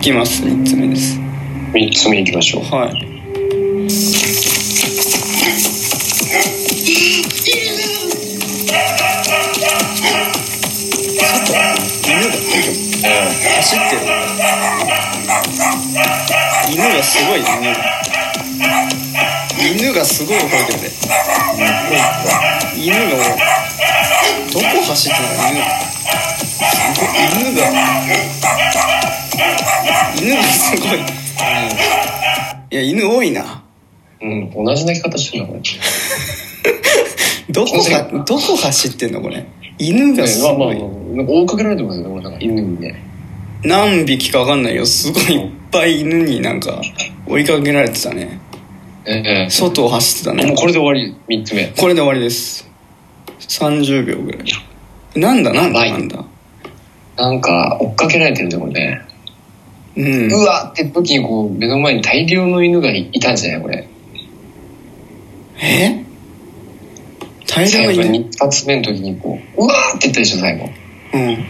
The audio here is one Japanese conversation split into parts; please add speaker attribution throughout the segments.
Speaker 1: きます3つ目です
Speaker 2: 3つ目いきましょう
Speaker 1: はい犬が走ってる犬がすごい犬が犬がすごい吠えてるね犬がどこ走ってるの犬が犬が犬がすごい、いや犬多いな
Speaker 2: うん、うん、同じ鳴き方してるな これ
Speaker 1: どこがどこ走ってんのこれ犬がす
Speaker 2: まあまあ、
Speaker 1: ご
Speaker 2: まあ、
Speaker 1: い
Speaker 2: なんか追いかけられてますよねこれなんか犬にね
Speaker 1: 何匹か分かんないよすごいいっぱい犬になんか追いかけられてたね
Speaker 2: え
Speaker 1: 外を走ってた
Speaker 2: えも
Speaker 1: ね
Speaker 2: うこれで終わり3つ目
Speaker 1: これで終わりです30秒ぐらいなんだなんだなんだ、
Speaker 2: なんか追っかけられてるんだこれね、
Speaker 1: うん
Speaker 2: うわって時にこう目の前に大量の犬がいたんじゃないこれ
Speaker 1: え大量が
Speaker 2: 最後
Speaker 1: 犬
Speaker 2: に2発目の時にこううわーって言ったでしょ最後
Speaker 1: うん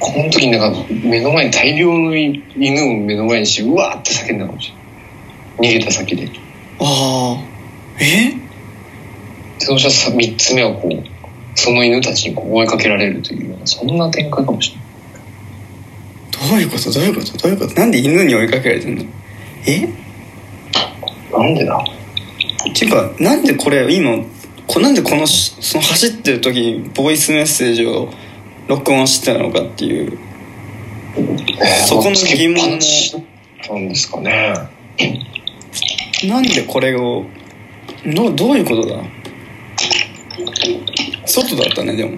Speaker 2: この時になんか目の前に大量の犬を目の前にしてうわーって叫んだかもしれない逃げた先で
Speaker 1: ああえ
Speaker 2: そしたら3つ目はこうその犬たちにこう追いかけられるというようなそんな展開かもしれない
Speaker 1: どういうことどういうことどういうことなんで犬に追いかけられてんのえ
Speaker 2: なんでだ
Speaker 1: っていうかなんでこれ今こなんでこのしその走ってる時にボイスメッセージを録音してたのかっていうそこの疑問も
Speaker 2: もなんですかね
Speaker 1: なんでこれをどうどういうことだ外だったねでも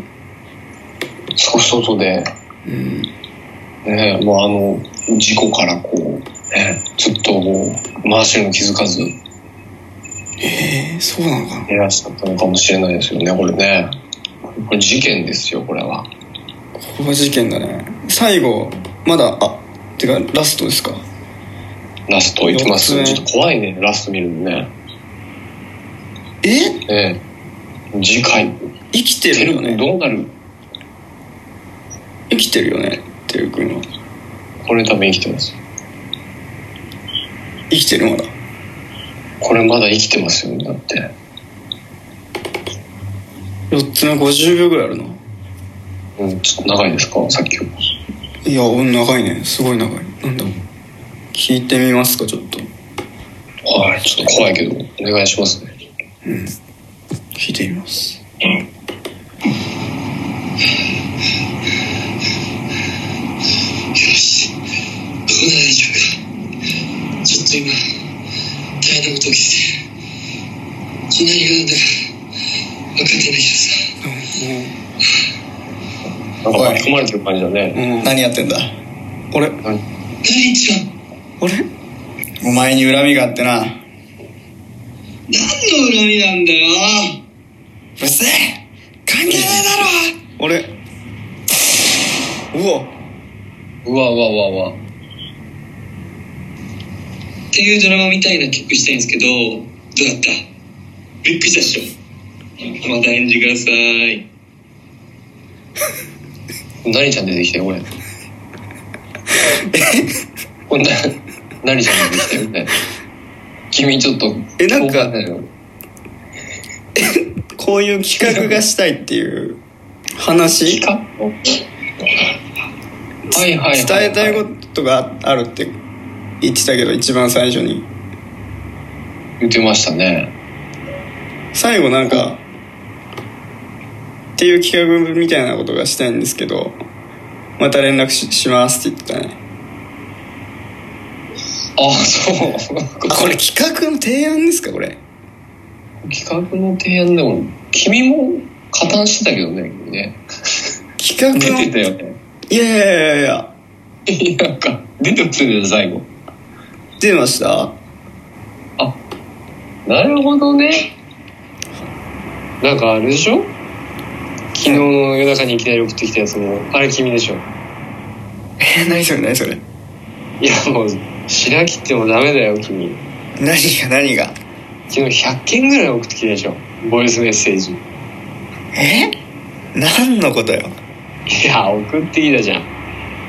Speaker 2: 少し外で
Speaker 1: うん
Speaker 2: ねもうあの事故からこうねずっとこう回してるの気づかず
Speaker 1: えー、そうなのかない
Speaker 2: らっしゃったのかもしれないですよねこれねこれ事件ですよこれは
Speaker 1: ここは事件だね最後まだあてかラストですか
Speaker 2: ラストいきます
Speaker 1: 四つ目
Speaker 2: ちょっと怖いねラスト見るのね
Speaker 1: え
Speaker 2: ええ次回
Speaker 1: 生きて
Speaker 2: て
Speaker 1: る
Speaker 2: る
Speaker 1: よね
Speaker 2: どうなる
Speaker 1: 生きてるよねてるくんは
Speaker 2: これ多分生きてます
Speaker 1: 生きてるまだ
Speaker 2: これまだ生きてますよだって
Speaker 1: 4つ目50秒ぐらいあるの
Speaker 2: うんちょっと長いですかさっきより
Speaker 1: いやうん長いねすごい長いなんだ聞いてみますかちょっと
Speaker 2: はいちょっと怖いけどお願いしますね
Speaker 1: 聞いてみます
Speaker 3: よし、ここで大丈夫だ。ちょっと今、大変なこと起きてて、何がなんだか分かってないけどさ。
Speaker 2: なんか巻き込まれてる感じだね
Speaker 1: うん、何やってんだ俺
Speaker 3: 大ちゃん、
Speaker 1: 俺お前に恨みがあってな
Speaker 3: 何の恨みなんだよ。
Speaker 1: うっせえ関係ねえだろ俺うわ
Speaker 2: うわうわうわうわ
Speaker 3: っていうドラマみたいなキックしたいんですけど、どうだったびっくりしたっしょ。また返事ください。
Speaker 2: 何ちゃん出てきたよこ れ こんな何ちゃん出てきたよね君ちょっと
Speaker 1: えなんか
Speaker 2: 共感だよ
Speaker 1: こういう企画がしたいっていう話
Speaker 2: いかはいはいはい
Speaker 1: 伝えたいことがあるって言ってたけど一番最初に
Speaker 2: 言ってましたね
Speaker 1: 最後なんかっていう企画みたいなことがしたいんですけどまた連絡ししますって言ってたね
Speaker 2: あそう
Speaker 1: あこれ企画の提案ですかこれ
Speaker 2: 企画の提案でも君も加担してたけどね君 ね
Speaker 1: 企画の
Speaker 2: 出てたよね
Speaker 1: いやいやいやいや
Speaker 2: いやなんか出てたよ最後
Speaker 1: 出ました
Speaker 2: なるほどねなんかあれでしょ昨日の夜中にいきなり送ってきたやつもあれ君でしょ
Speaker 1: え何それ何それ
Speaker 2: いやもう白切ってもダメだよ君
Speaker 1: 何が何が
Speaker 2: 昨日100件ぐらい送ってきたでしょボイスメッセージ
Speaker 1: え何のことよ
Speaker 2: いや送ってきたじゃん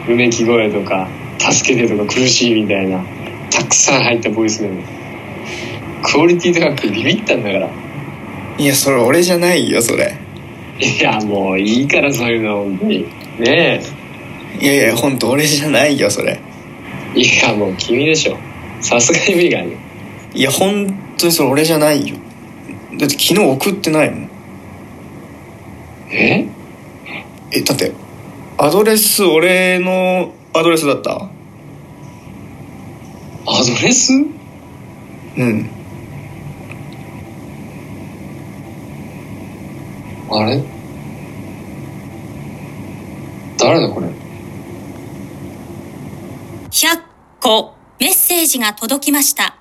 Speaker 2: うめき声とか助けてとか苦しいみたいなたくさん入ったボイスメモクオリティ高くビビったんだから
Speaker 1: いやそれ俺じゃないよそれ
Speaker 2: いやもういいからそういうの本当にね
Speaker 1: いやいや本当俺じゃないよそれ
Speaker 2: えいやもう君でしょさすがに無理があるよ
Speaker 1: いや本当にそれ俺じゃないよだって昨日送ってないもん
Speaker 2: え
Speaker 1: えだってアドレス俺のアドレスだった
Speaker 2: アドレス
Speaker 1: うん
Speaker 2: あれ誰だこれ
Speaker 4: 100個メッセージが届きました。